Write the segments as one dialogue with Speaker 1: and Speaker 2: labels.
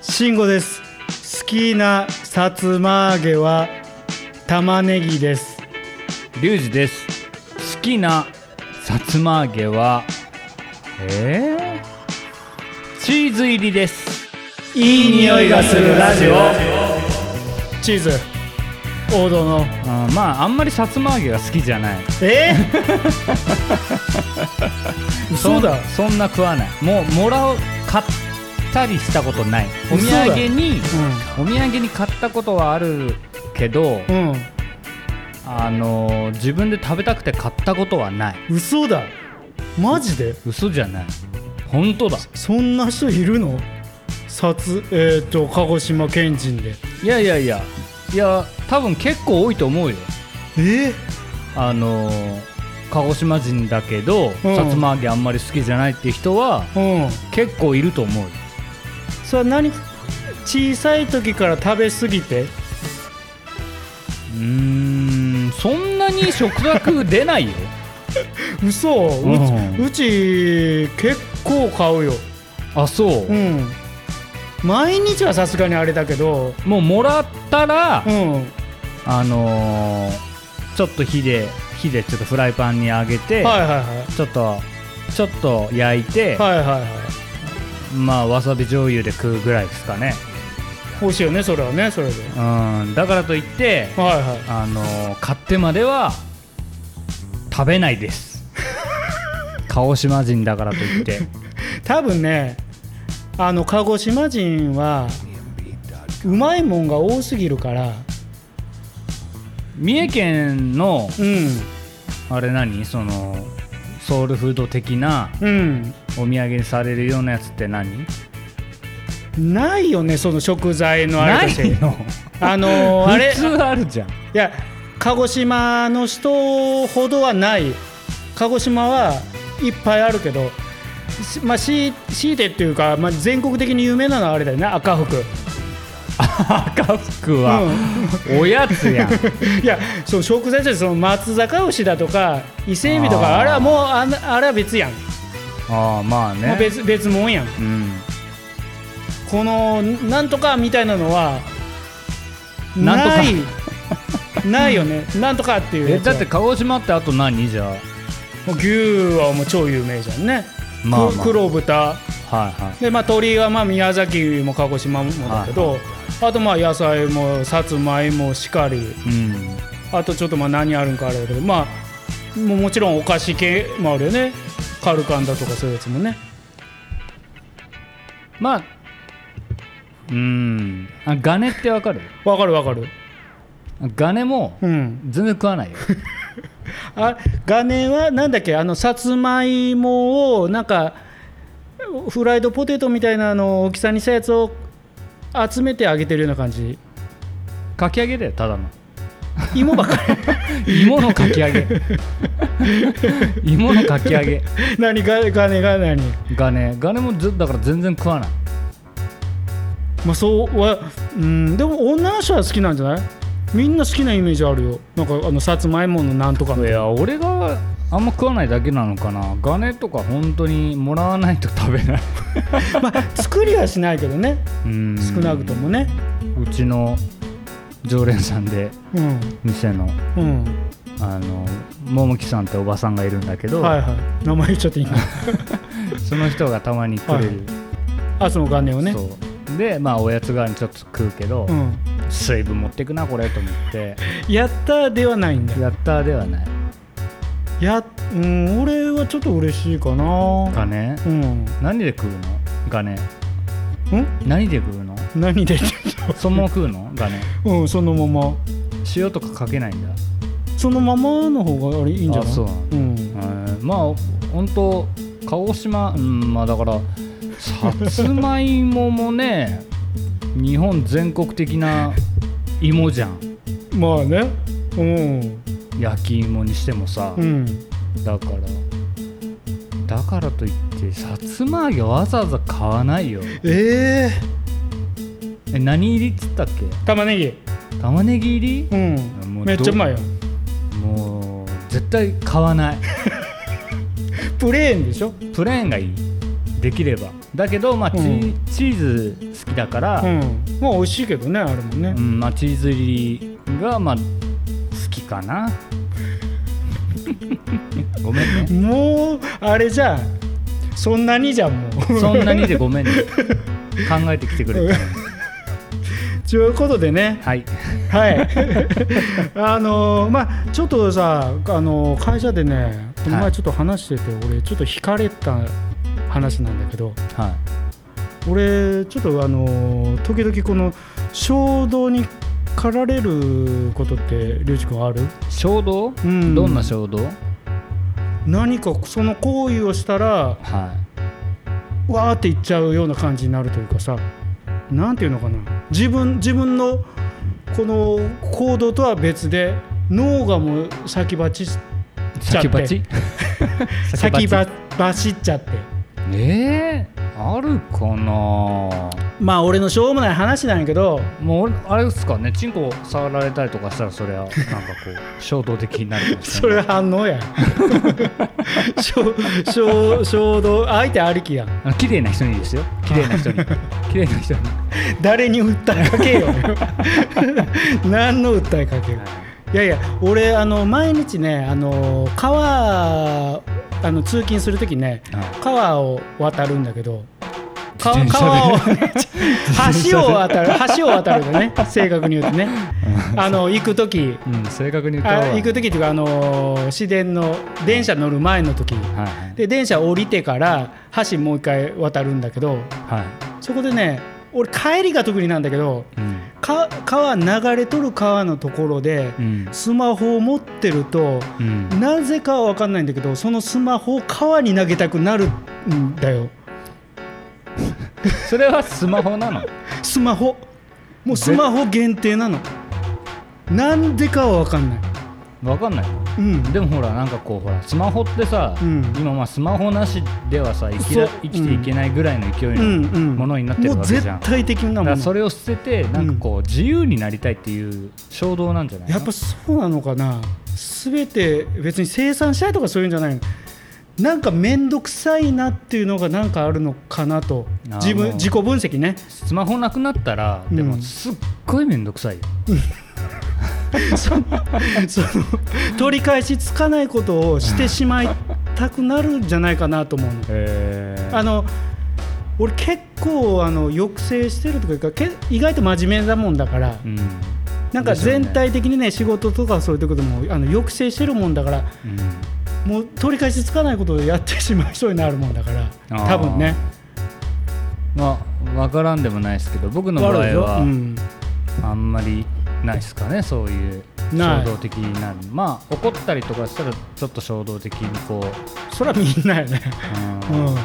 Speaker 1: 慎吾です好きなさつま揚げは玉ねぎです
Speaker 2: リュウジです好きなさつま揚げはえー、チーズ入りです
Speaker 1: いい匂いがするラジオチーズ王道の
Speaker 2: あーまああんまりさつま揚げが好きじゃない
Speaker 1: えー、
Speaker 2: そ
Speaker 1: 嘘
Speaker 2: ん
Speaker 1: だ
Speaker 2: そんな食わないもうもらう買ったりしたことないお土
Speaker 1: 嘘だ
Speaker 2: 産にお土産に買ったことはあるけど、
Speaker 1: うん、うん、
Speaker 2: あのー自分で食べたくて買ったことはない
Speaker 1: 嘘だマジで
Speaker 2: 嘘じゃない本当だ
Speaker 1: そんな人いるのさつえっ、と鹿児島県人で
Speaker 2: いやいやいやいや多分結構多いと思うよ
Speaker 1: え
Speaker 2: あのー鹿児島人だけど、
Speaker 1: うん
Speaker 2: さつま揚げあんまり好きじゃないって人は
Speaker 1: ー、うん
Speaker 2: 結構いると思うよ
Speaker 1: それは何小さい時から食べ過ぎて
Speaker 2: うーんそんなに食卓出ない よ
Speaker 1: 嘘うち
Speaker 2: うん
Speaker 1: うち結構買うよ
Speaker 2: あそう、
Speaker 1: うん毎日はさすがにあれだけど
Speaker 2: もうもらったら、
Speaker 1: うん
Speaker 2: あのーちょっと火で火でちょっとフライパンに揚げて、
Speaker 1: はいはいはい
Speaker 2: ちょっとちょっと焼いて、
Speaker 1: はいはいはい
Speaker 2: まあわさび醤油で食うぐらいですかね
Speaker 1: 美味しいよねそれはねそれで
Speaker 2: うんだからといって
Speaker 1: はいはい
Speaker 2: あのー買ってまでは食べないです鹿児島人だからといって
Speaker 1: 多分ねあの鹿児島人はうまいもんが多すぎるから
Speaker 2: 三重県の
Speaker 1: うん
Speaker 2: あれ何そのソウルフード的な
Speaker 1: うん
Speaker 2: お土産にされるようなやつって何
Speaker 1: ないよねその食材のあ
Speaker 2: な
Speaker 1: れとして
Speaker 2: いの
Speaker 1: あのーあれ
Speaker 2: 普通あるじゃん
Speaker 1: いや鹿児島の人ほどはない鹿児島はいっぱいあるけどしまあし強いてっていうか、まあ、全国的に有名なのはあれだよね赤福
Speaker 2: 赤福は、おやつやん
Speaker 1: いやその食材じゃその松阪牛だとか伊勢海老とか
Speaker 2: あー
Speaker 1: あれはもうあんあれは別やん、
Speaker 2: ああまあ
Speaker 1: もう
Speaker 2: ね
Speaker 1: 別別もんやん
Speaker 2: うん
Speaker 1: このなんとかみたいなのは
Speaker 2: な
Speaker 1: なんいないよ ねなんとかっていう
Speaker 2: え
Speaker 1: やつ
Speaker 2: だ
Speaker 1: は
Speaker 2: って鹿児島ってあと何じゃ
Speaker 1: もう牛はもう超有名じゃんね、
Speaker 2: あまあ、
Speaker 1: く
Speaker 2: ま
Speaker 1: 黒豚
Speaker 2: あ、はいはい
Speaker 1: でまあ、鳥はまあ宮崎も鹿児島もだけど、あとまあ野菜もさつまいもしかり
Speaker 2: うん
Speaker 1: あとちょっとまあ何あるんかあれだけどまあもうもちろんお菓子系もあるよねカルカンだとかそういうやつもね
Speaker 2: まあうんあガネってわかる
Speaker 1: わかるわかる
Speaker 2: ガネも
Speaker 1: うん
Speaker 2: 全然食わないよ
Speaker 1: あ画面はなんだっけあのさつまいもをなんかフライドポテトみたいなのを大きさにしたやつを集めてあげてるような感じ
Speaker 2: かき揚げだよただの
Speaker 1: 芋ばっかり
Speaker 2: 芋のかき揚げ芋のかき揚げ
Speaker 1: 何が画面が何
Speaker 2: ガネガネもずだから全然食わない
Speaker 1: まあそうはうんでも女の人は好きなんじゃないみんな好きなイメージあるよなんかあのさつまいものなんとかみた
Speaker 2: い
Speaker 1: いな
Speaker 2: や俺があんま食わないだけなのかなガネとか本当にもらわないと食べない
Speaker 1: まあ作りはしないけどね
Speaker 2: うん
Speaker 1: 少なくともね
Speaker 2: うちの常連さんで
Speaker 1: うん
Speaker 2: 店の
Speaker 1: うん
Speaker 2: あの桃木さんっておばさんがいるんだけど、
Speaker 1: はいはい名前言っちゃっていい の
Speaker 2: その人がたまにくれる、
Speaker 1: あその元年をね
Speaker 2: そうでまあおやつ代わりにちょっと食うけど、
Speaker 1: うん
Speaker 2: 水分持ってくなこれと思って
Speaker 1: やったではないんだ
Speaker 2: やったではない
Speaker 1: やうん俺はちょっと嬉しいかな
Speaker 2: ガネ
Speaker 1: うんん
Speaker 2: 何で食うのガネ何で食うの
Speaker 1: 何で
Speaker 2: そのまま食うのガネ
Speaker 1: うんそのまま
Speaker 2: 塩とかかけないんだ
Speaker 1: そのままの方があれいいんじゃない
Speaker 2: あそう
Speaker 1: うん
Speaker 2: うんまあ本当鹿児島うんまあだからさつまいももね日本全国的な芋じゃん
Speaker 1: まあねうん
Speaker 2: 焼き芋にしてもさ、
Speaker 1: うん
Speaker 2: だからだからといってさつま揚げわざわざ買わないよ
Speaker 1: ええ
Speaker 2: え何入りっつったっけ
Speaker 1: 玉ねぎ
Speaker 2: 玉ねぎ入
Speaker 1: う
Speaker 2: も
Speaker 1: ん
Speaker 2: う
Speaker 1: めっちゃうまいよ
Speaker 2: りもう絶対買わない
Speaker 1: プレーンでしょ
Speaker 2: プレーンがいいできればだけど、まあチ
Speaker 1: うん
Speaker 2: チーズ好きだから、うん
Speaker 1: うんまあ美味しいけどねあれもね、
Speaker 2: まあ、チーズ入りが、まあ、好きかな ごめんね
Speaker 1: もうあれじゃんそんなにじゃんもう
Speaker 2: そんなにでごめんね考えてきてくれて
Speaker 1: ということでね
Speaker 2: はい
Speaker 1: はい、 あのーまあちょっとさ、あのー会社でねこの
Speaker 2: は
Speaker 1: 前
Speaker 2: い
Speaker 1: ちょっと話してて、俺ちょっと惹かれた話なんだけど
Speaker 2: は
Speaker 1: 俺ちょっとあのー時々この衝動に駆られることって龍二君ある
Speaker 2: い衝動、
Speaker 1: うん
Speaker 2: どんな衝動
Speaker 1: 何かその行為をしたら
Speaker 2: は
Speaker 1: わーっていっちゃうような感じになるというかさなんていうのかな自分自分のこの行動とは別で脳がもう先走っ
Speaker 2: い
Speaker 1: ちゃって
Speaker 2: 先バチ
Speaker 1: 先ば走っちゃって
Speaker 2: えー、あるかな
Speaker 1: まあ俺のしょうもない話なんやけど
Speaker 2: もう俺あれですかねチンコ触られたりとかしたらそれはなんかこう衝動的になるかもし
Speaker 1: そ
Speaker 2: れ
Speaker 1: れ
Speaker 2: な
Speaker 1: はい反応やん衝衝衝動相手ありきやん
Speaker 2: あ綺麗な人に ですよ綺麗な人に綺麗な人に
Speaker 1: 誰に訴えかけよ 何の訴えかけよいやいや俺あの毎日ねあの川あの通勤する時ね
Speaker 2: は
Speaker 1: 川を渡るんだけどか
Speaker 2: 自転車
Speaker 1: 川を
Speaker 2: 自転車で
Speaker 1: 橋を渡る橋を渡るんだね正確に言 うとねあの行く時
Speaker 2: いうん、正確に言うと
Speaker 1: あ行く時っていうかあのー市電の電車乗る前の時
Speaker 2: はいはい
Speaker 1: で電車降りてから橋もう一回渡るんだけど
Speaker 2: はい、
Speaker 1: そこでね俺帰りが特になんだけど
Speaker 2: うん
Speaker 1: か川流れとる川のところで
Speaker 2: うん
Speaker 1: スマホを持ってると
Speaker 2: うん、
Speaker 1: なぜかは分かんないんだけどそのスマホを川に投げたくなるんだよ
Speaker 2: それはスマホなの
Speaker 1: スマホもうスマホ限定なのなんでかは分かんない
Speaker 2: わかんない
Speaker 1: うん
Speaker 2: でもほらなんかこうほらスマホってさ、
Speaker 1: うん
Speaker 2: 今まあスマホなしではさ生きら
Speaker 1: そう
Speaker 2: 生きていけないぐらいの勢い
Speaker 1: うん
Speaker 2: の
Speaker 1: うん
Speaker 2: ものになってるわけじ
Speaker 1: も
Speaker 2: ゃん、
Speaker 1: う絶対的な
Speaker 2: だか
Speaker 1: も
Speaker 2: ら
Speaker 1: ん
Speaker 2: それを捨ててなんかこう自由になりたいっていう衝動なんじゃないの
Speaker 1: やっぱそうなのかな全て別に生産したいとかそういうんじゃないのなんか面倒くさいなっていうのがなんかあるのかなと
Speaker 2: あー
Speaker 1: 自
Speaker 2: も
Speaker 1: 分
Speaker 2: う
Speaker 1: 自己分析ね
Speaker 2: スマホなくなったら
Speaker 1: うん
Speaker 2: でもすっごい面倒くさいよ、
Speaker 1: そのその取り返しつかないことをしてしまいたくなるんじゃないかなと思うの。
Speaker 2: へー
Speaker 1: あの俺結構あの抑制してるというかけ意外と真面目だもんだから
Speaker 2: うん
Speaker 1: なんか
Speaker 2: ですよね
Speaker 1: 全体的にね仕事とかそういうこともあの抑制してるもんだから
Speaker 2: うん
Speaker 1: もう取り返しつかないことをやってしまいそうになるもんだから
Speaker 2: あー
Speaker 1: 多分ね
Speaker 2: まあ分からんでもないですけど僕の場合
Speaker 1: あるよ
Speaker 2: は
Speaker 1: うん
Speaker 2: あんまりないですかねそういう
Speaker 1: ない
Speaker 2: 衝動的になるまあ怒ったりとかしたらちょっと衝動的にこう、
Speaker 1: それはみんなやね、う
Speaker 2: うん
Speaker 1: ん、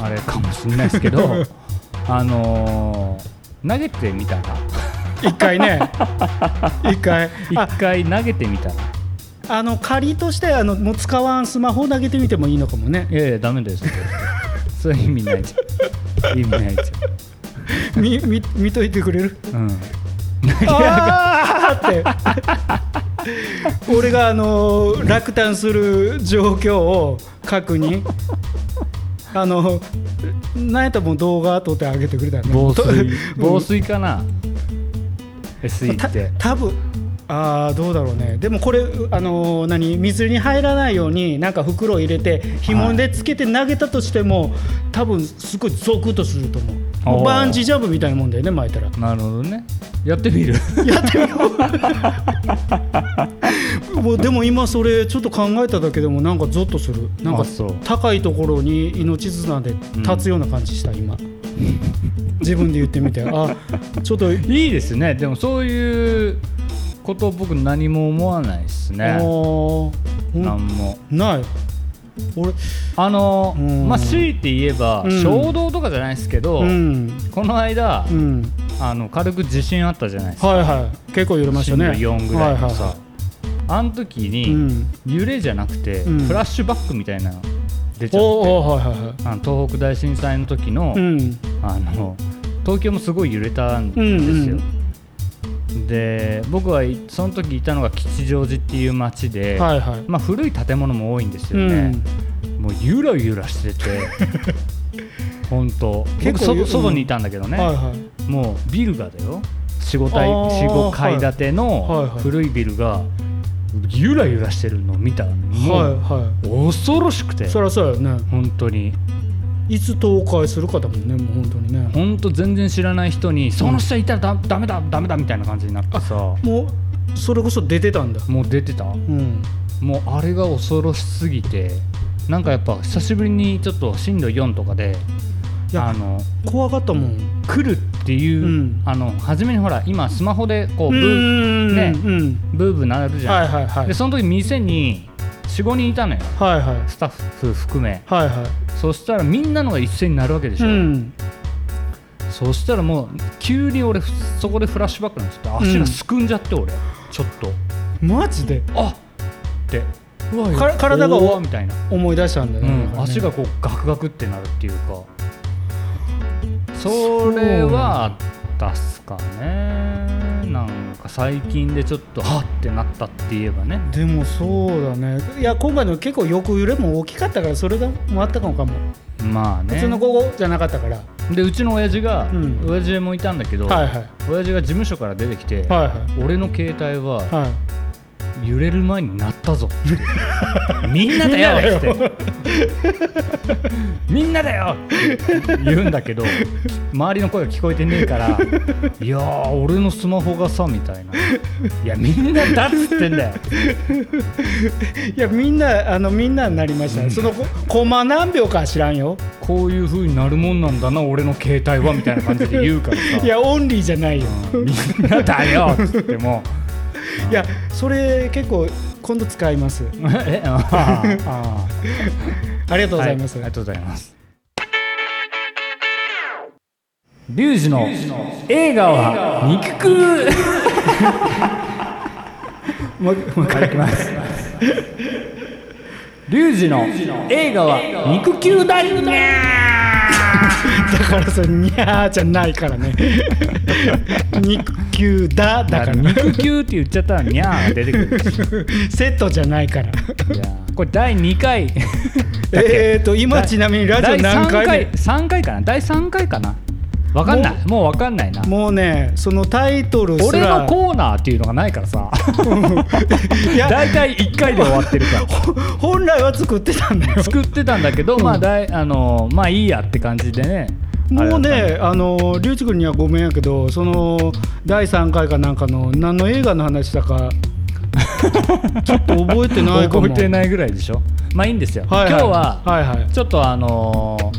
Speaker 2: あれかもしれないですけど あのー投げてみたら
Speaker 1: 一回 ね一回
Speaker 2: 一
Speaker 1: あ
Speaker 2: 回投げてみたら
Speaker 1: あの仮としてあのもう使わんスマホ投げてみてもいいのかもね
Speaker 2: いやいやダメだ よそれそれ意味ないじゃん意味ないじ
Speaker 1: みみ見といてくれる
Speaker 2: ゃん、うん、
Speaker 1: あーって俺があのー落胆する状況を確認あのなんやったらもう動画撮ってあげてくれたらね
Speaker 2: 防水
Speaker 1: うん
Speaker 2: 防水かな SE
Speaker 1: た
Speaker 2: って
Speaker 1: 多分あーどうだろうねでもこれあのー何水に入らないようになんか袋を入れて紐でつけて投げたとしても、多分すごいゾクッとすると思うも
Speaker 2: お
Speaker 1: う
Speaker 2: ー
Speaker 1: バンジージャンプみたいなもんだよね巻いたら
Speaker 2: なるほどねやってみる
Speaker 1: やってみようもうでも今それちょっと考えただけでもなんかゾッとするなんか
Speaker 2: あそう
Speaker 1: 高いところに命綱で立つような感じした、 今自分で言ってみてあちょっと、
Speaker 2: いいですねでもそういうこと僕何も思わないですね
Speaker 1: お
Speaker 2: 何も
Speaker 1: ない俺
Speaker 2: あの
Speaker 1: うん
Speaker 2: まあ強いて言えば、
Speaker 1: うん
Speaker 2: 衝動とかじゃないですけど、
Speaker 1: うん
Speaker 2: この間、
Speaker 1: うん
Speaker 2: あの軽く地震あったじゃないですか
Speaker 1: はいはい結構揺れました
Speaker 2: 震度
Speaker 1: ね
Speaker 2: 4ぐらいのさ、
Speaker 1: は
Speaker 2: あの時
Speaker 1: いはい、う
Speaker 2: に、
Speaker 1: ん
Speaker 2: 揺れじゃなくて、
Speaker 1: うん
Speaker 2: フラッシュバックみたいなの出ちゃって
Speaker 1: おおはいはいは
Speaker 2: あの東北大震災の時の,、
Speaker 1: いうん
Speaker 2: あの東京もすごい揺れたんですよ、で僕はいその時いたのが吉祥寺っていう町で、
Speaker 1: はいはい
Speaker 2: まあ、古い建物も多いんです
Speaker 1: う
Speaker 2: よね
Speaker 1: ん、
Speaker 2: もうゆらゆらしてて本当僕
Speaker 1: 結構
Speaker 2: 外
Speaker 1: うん
Speaker 2: 外にいたんだけどね、
Speaker 1: はいはい
Speaker 2: もうビルがだよ45
Speaker 1: あ
Speaker 2: 体
Speaker 1: ー
Speaker 2: 四五階建て
Speaker 1: はい
Speaker 2: の
Speaker 1: はい
Speaker 2: 古いビルがゆらゆらしてるのを見た
Speaker 1: は
Speaker 2: も
Speaker 1: いは
Speaker 2: う恐ろしくて
Speaker 1: いそりゃそうよね
Speaker 2: 本当に
Speaker 1: いつ倒壊するかだもんねもう本当にね
Speaker 2: 本当全然知らない人にその下いたらだダメだダメだみたいな感じになってさ
Speaker 1: もうそれこそ出てたんだ
Speaker 2: もう出てた
Speaker 1: うん
Speaker 2: もうあれが恐ろしすぎてなんかやっぱ久しぶりにちょっと震度4とかで
Speaker 1: いや
Speaker 2: あの
Speaker 1: 怖かったもん
Speaker 2: 来るっていう、
Speaker 1: うん
Speaker 2: あの初めにほら今スマホでこう
Speaker 1: う
Speaker 2: ブー
Speaker 1: ん
Speaker 2: ね
Speaker 1: うん
Speaker 2: ブーブーなるじ
Speaker 1: は
Speaker 2: ゃん、
Speaker 1: いはいはい
Speaker 2: でその時店に45人いたのよ
Speaker 1: はいはい
Speaker 2: スタッフ含め
Speaker 1: はいはい
Speaker 2: そしたらみんなのが一斉になるわけでしょ、
Speaker 1: うん
Speaker 2: そしたらもう急に俺そこでフラッシュバックなんですって足がすくんじゃって俺ちょっと
Speaker 1: マジで
Speaker 2: あっってうわ
Speaker 1: か体が
Speaker 2: おわみたいな、
Speaker 1: 思い出したんだよ
Speaker 2: う
Speaker 1: ね
Speaker 2: ん
Speaker 1: だからね
Speaker 2: 足がこうガクガクってなるっていうかそれはあったっすかねなんか最近でちょっとはっってなったって言えばね
Speaker 1: でもそうだねいや今回の結構横揺れも大きかったからそれがもあったかもかも
Speaker 2: まあね
Speaker 1: 普通の午後じゃなかったからは
Speaker 2: でうちの親父が、
Speaker 1: うん
Speaker 2: 親父もいたんだけど、
Speaker 1: いはいはい
Speaker 2: 親父が事務所から出てきて、
Speaker 1: は
Speaker 2: 俺の携帯はい
Speaker 1: はい
Speaker 2: 揺れる前になったぞみんなだよってみんなだよって言うんだけど周りの声が聞こえてねえから「いやー俺のスマホがさ」みたいな「いやみんなだっつってんだよ
Speaker 1: いやみんなあのみんなになりました、ねそのこコマ何秒かは知らんよ
Speaker 2: こういう風になるもんなんだな俺の携帯は」みたいな感じで言うからさ「
Speaker 1: いやオンリーじゃないよ、
Speaker 2: うんみんなだよ」っつっても
Speaker 1: いやそれ結構今度使います
Speaker 2: 「えあーあー
Speaker 1: ありがとうございます、
Speaker 2: はありがとうございますリュウジの映画は肉食う
Speaker 1: もうもう一回きます
Speaker 2: リュウジの映画は肉球だよね
Speaker 1: だからそれにゃーじゃないから ね肉球だだから
Speaker 2: 肉球って言っちゃったらにゃーが出てくるでし
Speaker 1: セットじゃないから
Speaker 2: ょいやーこれ第2回
Speaker 1: えーと今ちなみにラジオ
Speaker 2: 第
Speaker 1: 何
Speaker 2: 3
Speaker 1: 回目
Speaker 2: 回3回かな第3回かなわかんないもうわかんないな
Speaker 1: もうねそのタイトルす
Speaker 2: 俺
Speaker 1: ら
Speaker 2: のコーナーっていうのがないからさ
Speaker 1: いや
Speaker 2: 大体1回で終わってるから
Speaker 1: ほ本来は作ってたんだよ
Speaker 2: 作ってたんだけど、まあだいあのまあいいやって感じでね
Speaker 1: もう
Speaker 2: あれだっ
Speaker 1: ねあの龍一君にはごめんやけどその第3回かなんかの何の映画の話だ かちょっと覚えて
Speaker 2: た
Speaker 1: ないかも
Speaker 2: 覚えてないぐらいでしょまあいいんですよ、
Speaker 1: はいい、
Speaker 2: 今日は
Speaker 1: はいはい
Speaker 2: ちょっとあの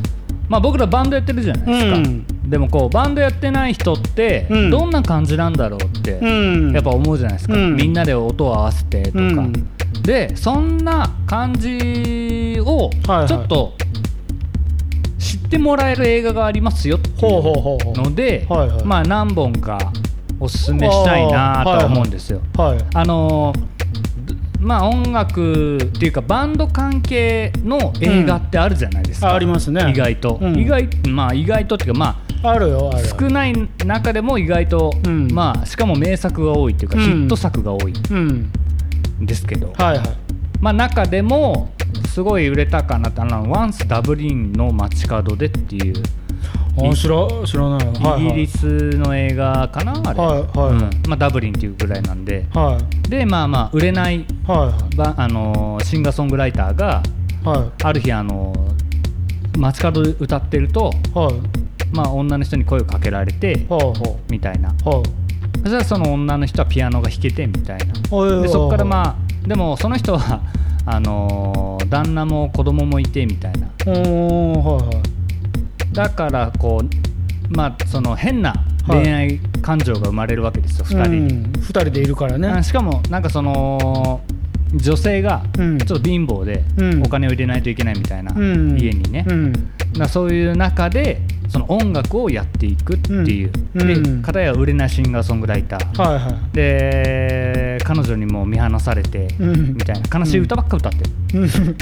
Speaker 2: まあ僕らバンドやってるじゃないですか、
Speaker 1: うん
Speaker 2: でもこうバンドやってない人って
Speaker 1: うん
Speaker 2: どんな感じなんだろうって、
Speaker 1: うん
Speaker 2: やっぱ思うじゃないですか、
Speaker 1: うん
Speaker 2: みんなで音を合わせてとか、
Speaker 1: うん
Speaker 2: でそんな感じを
Speaker 1: はいはい
Speaker 2: ちょっと知ってもらえる映画がありますよっていう
Speaker 1: ほうほうほうほう
Speaker 2: ので、
Speaker 1: はいはい
Speaker 2: まあ何本かおすすめしたいなとは思うんですよ。
Speaker 1: はい
Speaker 2: あのーどまあ音楽っていうかバンド関係の映画ってあるじゃないですか、
Speaker 1: あありますね
Speaker 2: 意外と、
Speaker 1: うん
Speaker 2: 意外まあ意外とっていうかまあ
Speaker 1: あるよあるよ
Speaker 2: 少ない中でも意外と、
Speaker 1: うん
Speaker 2: まあしかも名作が多いっていうか、
Speaker 1: うん
Speaker 2: ヒット作が多い
Speaker 1: うん
Speaker 2: んですけど、
Speaker 1: はいはい
Speaker 2: まあ中でもすごい売れたかなってあの「ワンスダブリンの街角で」っていう
Speaker 1: あ知ら知らないはい
Speaker 2: イ
Speaker 1: は
Speaker 2: ギリ
Speaker 1: い
Speaker 2: スの映画かなあれ、
Speaker 1: はいはい
Speaker 2: うんまあ、ダブリンっていうぐらいなんで
Speaker 1: はい
Speaker 2: でまあまあ売れない
Speaker 1: は
Speaker 2: ば、あのーシンガーソングライターが
Speaker 1: いは
Speaker 2: ある日、あのー街角で歌ってると、
Speaker 1: いはい
Speaker 2: まあ、女の人に声をかけられて
Speaker 1: は
Speaker 2: みたいない
Speaker 1: はい
Speaker 2: そしたらその女の人はピアノが弾けてみたいな
Speaker 1: はい
Speaker 2: でそこから
Speaker 1: あ
Speaker 2: まあでもその人はあのー旦那も子供もいてみたいな
Speaker 1: うーんはいはい
Speaker 2: だからこうまあその変な恋愛感情が生まれるわけですよ、二人に。
Speaker 1: うん、2人でいるからね
Speaker 2: あしかもなんかその女性がち
Speaker 1: う
Speaker 2: ょ
Speaker 1: ん
Speaker 2: っと貧乏で
Speaker 1: うん
Speaker 2: お金を入れないといけないみたいな、
Speaker 1: うん
Speaker 2: 家にね、
Speaker 1: う
Speaker 2: だか
Speaker 1: ん
Speaker 2: らそういう中でその音楽をやっていくっていう、
Speaker 1: うんうん
Speaker 2: で片や売れないシンガーソングライター、
Speaker 1: はい は
Speaker 2: で彼女にもう見放されて、
Speaker 1: うん
Speaker 2: みたいな悲しい歌ばっか歌って
Speaker 1: いう
Speaker 2: る、
Speaker 1: ん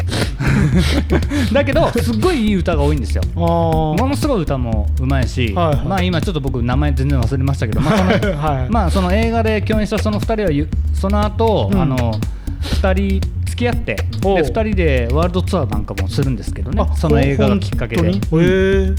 Speaker 2: だけどすっごいいい歌が多いんですよ
Speaker 1: あ あ
Speaker 2: ものすごい歌もうまいし、
Speaker 1: はいはい
Speaker 2: まあ今ちょっと僕名前全然忘れましたけど、まあその
Speaker 1: はい
Speaker 2: まあその映画で共演したその2人はゆその後、
Speaker 1: うん
Speaker 2: あの2人付き合ってで
Speaker 1: おう
Speaker 2: 2人でワールドツアーなんかもするんですけどねその映画がきっかけで
Speaker 1: 本当にへえ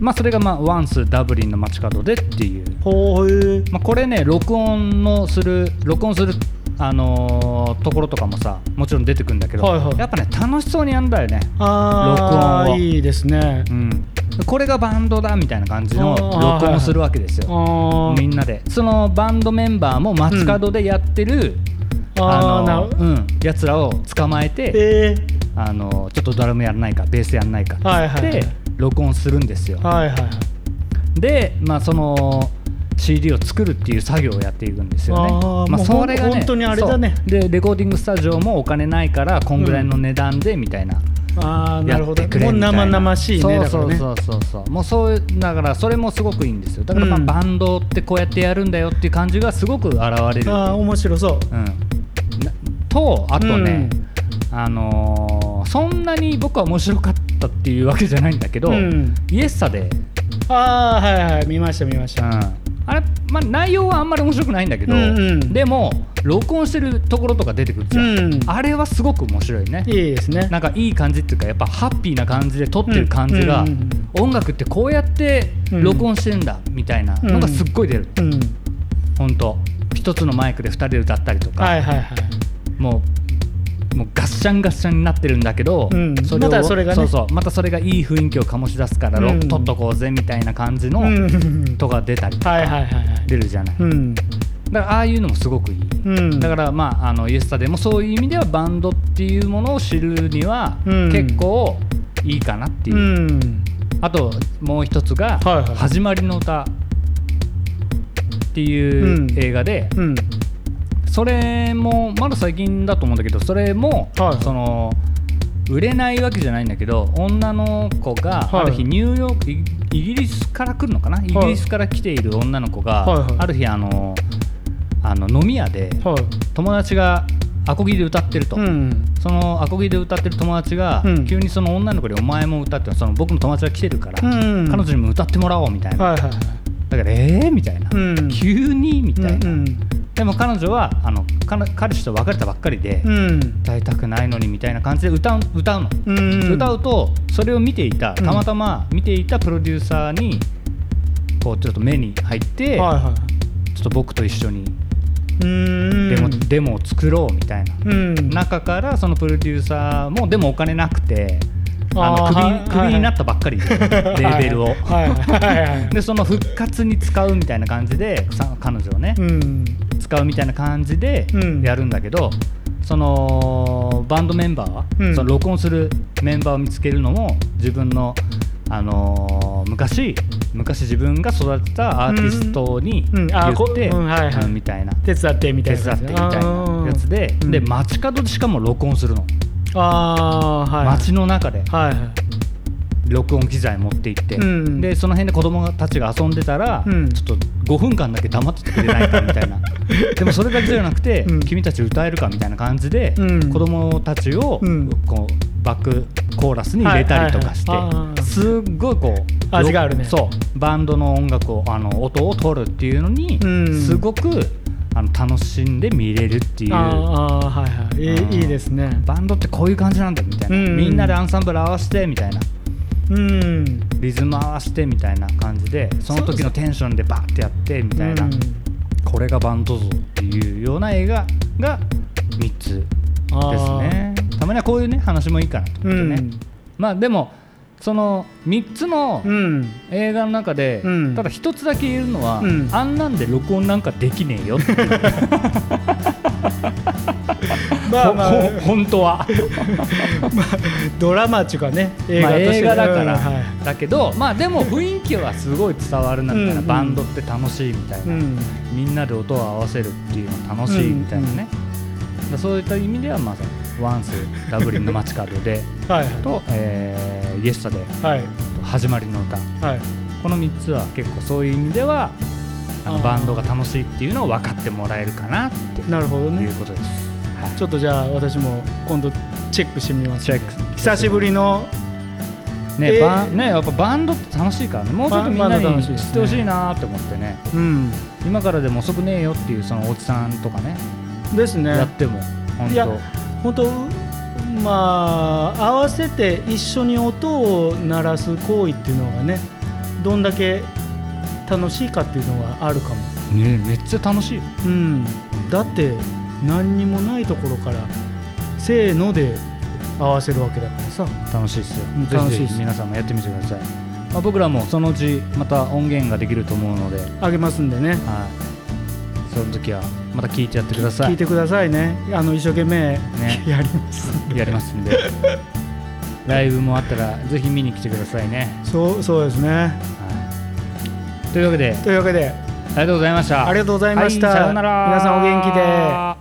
Speaker 2: まあ、それが、まあ、ワンスダブリンの街角でっていう、
Speaker 1: ほうへえ
Speaker 2: まあ、これね録音のする録音する、あのーところとかもさもちろん出てくるんだけど、
Speaker 1: はいはい
Speaker 2: やっぱね楽しそうにやんだよね、
Speaker 1: あ
Speaker 2: 録音
Speaker 1: あ
Speaker 2: を
Speaker 1: いいですね
Speaker 2: うん、これがバンドだみたいな感じの
Speaker 1: あー
Speaker 2: 録音をするわけですよ、
Speaker 1: あ
Speaker 2: みんなでそのバンドメンバーも街角でやってる、
Speaker 1: ああー
Speaker 2: あ
Speaker 1: なる
Speaker 2: のうん、やつらを捕まえて、
Speaker 1: え
Speaker 2: あのちょっとドラムやらないかベースやらないかって
Speaker 1: はいは
Speaker 2: 言っ
Speaker 1: いはい
Speaker 2: て録音するんですよ、
Speaker 1: ー、はいはいはい
Speaker 2: で、まあ、その CD を作るっていう作業をやっていくんですよね
Speaker 1: あー
Speaker 2: ま
Speaker 1: もう本当にあれだね
Speaker 2: そうでレコーディングスタジオもお金ないからこんぐらいの値段でみたいな、
Speaker 1: ああな
Speaker 2: や
Speaker 1: る
Speaker 2: っ
Speaker 1: ほど
Speaker 2: てく
Speaker 1: も
Speaker 2: れ
Speaker 1: う
Speaker 2: みたいな
Speaker 1: 生々しいねだか
Speaker 2: そ
Speaker 1: ら
Speaker 2: う
Speaker 1: ね
Speaker 2: そうそうそうそうもうそういうだからそれもすごくいいんですよだからまあ
Speaker 1: うん
Speaker 2: バンドってこうやってやるんだよっていう感じがすごく現れる、
Speaker 1: ああ面白そう
Speaker 2: うん、なとあとね、あのーそんなに僕は面白かったっていうわけじゃないんだけど、
Speaker 1: うん
Speaker 2: イエスタで、うん、
Speaker 1: ああはいはい見ました見ました
Speaker 2: あれ、まあ、内容はあんまり面白くないんだけど、
Speaker 1: うんうん
Speaker 2: でも録音してるところとか出てくるじ
Speaker 1: う
Speaker 2: ゃん、
Speaker 1: ん
Speaker 2: あれはすごく面白いね
Speaker 1: いいですね
Speaker 2: なんかいい感じっていうかやっぱハッピーな感じで撮ってる感じが、
Speaker 1: うんうんうん
Speaker 2: 音楽ってこうやって録音してんだみたいなのがすっごい出る、
Speaker 1: うん
Speaker 2: ほんと一つのマイクで2人で歌ったりとか、
Speaker 1: はいはいはい
Speaker 2: もうもうガッシャンガッシャンになってるんだけど、
Speaker 1: うん
Speaker 2: を
Speaker 1: またそれがね
Speaker 2: うそうまたそれがいい雰囲気を醸し出すから、
Speaker 1: うん
Speaker 2: 撮っとこうぜみたいな感じの、
Speaker 1: うん
Speaker 2: とか出たりとか
Speaker 1: はいはいはいはい
Speaker 2: 出るじゃない、
Speaker 1: うん
Speaker 2: だからああいうのもすごくいい、
Speaker 1: うん
Speaker 2: だからまああのイエスタでもそういう意味ではバンドっていうものを知るには
Speaker 1: うん
Speaker 2: 結構いいかなっていう、
Speaker 1: うん
Speaker 2: あともう一つが
Speaker 1: はいはい
Speaker 2: 「始まりの歌」ってい
Speaker 1: う
Speaker 2: う
Speaker 1: ん
Speaker 2: 映画で、
Speaker 1: うん
Speaker 2: それもまだ最近だと思うんだけどそれも、
Speaker 1: はいはい
Speaker 2: その売れないわけじゃないんだけど女の子が
Speaker 1: はい
Speaker 2: ある日ニューヨーク、イイギリスから来るのかな、イギリスから来ている女の子が、
Speaker 1: はいはい
Speaker 2: ある日あのあの飲み屋で
Speaker 1: はい
Speaker 2: 友達がアコギで歌ってると。
Speaker 1: うん
Speaker 2: そのアコギで歌ってる友達が、
Speaker 1: うん
Speaker 2: 急にその女の子に「お前も歌ってその僕の友達が来てるから、
Speaker 1: うん
Speaker 2: 彼女にも歌ってもらおう」みたいな、
Speaker 1: はいはいはい
Speaker 2: だから「えー?」みたいな、
Speaker 1: うん
Speaker 2: 急にみたい
Speaker 1: う
Speaker 2: な、
Speaker 1: ん
Speaker 2: でも彼女はあの彼彼氏と別れたばっかりで、
Speaker 1: うん
Speaker 2: 歌いたくないのにみたいな感じで歌う歌うの、
Speaker 1: うん
Speaker 2: 歌うとそれを見ていたたまたま見ていたプロデューサーにこうちょっと目に入って、
Speaker 1: はいは
Speaker 2: ちょっと僕と一緒に
Speaker 1: いうん
Speaker 2: デモ,、デモを作ろうみたいな、
Speaker 1: うん
Speaker 2: 中からそのプロデューサーもでもお金なくて
Speaker 1: あー
Speaker 2: あのク ビ
Speaker 1: はい
Speaker 2: クビになったばっかりで、レーベルを。
Speaker 1: はいはいはいはい
Speaker 2: でその復活に使うみたいな感じでさ彼女をね、
Speaker 1: うん
Speaker 2: 使うみたいな感じで
Speaker 1: うん
Speaker 2: やるんだけど、そのバンドメンバーは、
Speaker 1: うん
Speaker 2: その録音するメンバーを見つけるのも自分の、あのー昔昔自分が育てたアーティストに
Speaker 1: うんう
Speaker 2: 言っ
Speaker 1: んあーこ
Speaker 2: て、
Speaker 1: うんはいはい
Speaker 2: うんみたいな
Speaker 1: 手伝ってみた
Speaker 2: 手
Speaker 1: いな
Speaker 2: 伝
Speaker 1: 感じ
Speaker 2: ってみたいなやつで、
Speaker 1: うん
Speaker 2: で街角でしかも録音するの、
Speaker 1: あーはいはい
Speaker 2: 街の中で
Speaker 1: はいはい
Speaker 2: 録音機材持って行って、
Speaker 1: うん
Speaker 2: でその辺で子供たちが遊んでたら、
Speaker 1: うん
Speaker 2: ちょっと5分間だけ黙っててくれないかみた いなでもそれだけじゃなくて、
Speaker 1: うん
Speaker 2: 君たち歌えるかみたいな感じで、
Speaker 1: うん
Speaker 2: 子供たちを、
Speaker 1: うん
Speaker 2: こうバックコーラスに入れたりとかして、
Speaker 1: はいはいはいあー
Speaker 2: すっごいこう
Speaker 1: 味があるね
Speaker 2: そうバンドの音楽をあの音を取るっていうのに、
Speaker 1: うん
Speaker 2: すごくあの楽しんで見れるっていう。
Speaker 1: あーあーはいはいいいいいですね
Speaker 2: バンドってこういう感じなんだみたいな、
Speaker 1: うん
Speaker 2: みんなでアンサンブル合わせてみたいな
Speaker 1: うん
Speaker 2: リズム合わせてみたいな感じでその時のテンションでバーってやってみたいな、
Speaker 1: うん
Speaker 2: これがバンド像っていうような映画が3つで
Speaker 1: あ
Speaker 2: す
Speaker 1: ー
Speaker 2: ねたまにはこういうね話もいいかなと思ってね、まあでもその3つの
Speaker 1: うん
Speaker 2: 映画の中で、
Speaker 1: うん
Speaker 2: ただ1つだけ言えるのは、
Speaker 1: うん
Speaker 2: あんなんで録音なんかできねえよっていう、
Speaker 1: まあまあ
Speaker 2: ほほ本当は
Speaker 1: ドラマっていうかね映
Speaker 2: ま
Speaker 1: 画
Speaker 2: あ
Speaker 1: として
Speaker 2: 映画だから、
Speaker 1: うんはい
Speaker 2: だけどまあでも雰囲気はすごい伝わるなみた
Speaker 1: う
Speaker 2: いな、
Speaker 1: んうん
Speaker 2: バンドって楽しいみたいな、
Speaker 1: うん
Speaker 2: みんなで音を合わせるっていうの楽しいみたいなね、だからそういった意味ではまずワンスダブリンの街角で
Speaker 1: はい
Speaker 2: と、えーイエスタで
Speaker 1: はい
Speaker 2: 始まりの歌
Speaker 1: はい
Speaker 2: この3つは結構そういう意味ではあの
Speaker 1: あー
Speaker 2: バンドが楽しいっていうのを分かってもらえるかなって
Speaker 1: なるほど
Speaker 2: い
Speaker 1: ね
Speaker 2: うことです、はい
Speaker 1: ちょっとじゃあ私も今度チェックしてみます
Speaker 2: チェック
Speaker 1: 久しぶりの
Speaker 2: ね,、
Speaker 1: えー
Speaker 2: バンねやっぱバンドって楽しいからねもうちょっとみん
Speaker 1: バ
Speaker 2: な
Speaker 1: ンド楽
Speaker 2: に
Speaker 1: しいで
Speaker 2: 知
Speaker 1: すね
Speaker 2: ってほしいなって思ってね
Speaker 1: うん
Speaker 2: 今からでも遅くねえよっていうそのおじさんとかね
Speaker 1: です
Speaker 2: やっ
Speaker 1: ね
Speaker 2: ても本
Speaker 1: いや
Speaker 2: 当
Speaker 1: 本当まあ合わせて一緒に音を鳴らす行為っていうのがねどんだけ楽しいかっていうのはあるかも、
Speaker 2: ねめっちゃ楽しいよ
Speaker 1: うん、だって何にもないところからせーので合わせるわけだからさ
Speaker 2: 楽しいっすよ
Speaker 1: うん
Speaker 2: ぜひ
Speaker 1: 楽しい
Speaker 2: ぜ
Speaker 1: っす
Speaker 2: ひ皆さんもやってみてください、まあ、僕らもそのうちまた音源ができると思うので、
Speaker 1: あげますんでね
Speaker 2: はい、その時はまた聞いてやってくださ
Speaker 1: 聞い
Speaker 2: い
Speaker 1: てくださいねあの一生懸命、
Speaker 2: ね
Speaker 1: やります
Speaker 2: やります んでライブもあったらぜひ見に来てくださいね、
Speaker 1: そうそうですね
Speaker 2: はい、というわけで
Speaker 1: というわけで
Speaker 2: ありがとうございました
Speaker 1: ありがとうございました
Speaker 2: はい、さようなら
Speaker 1: 皆さんお元気で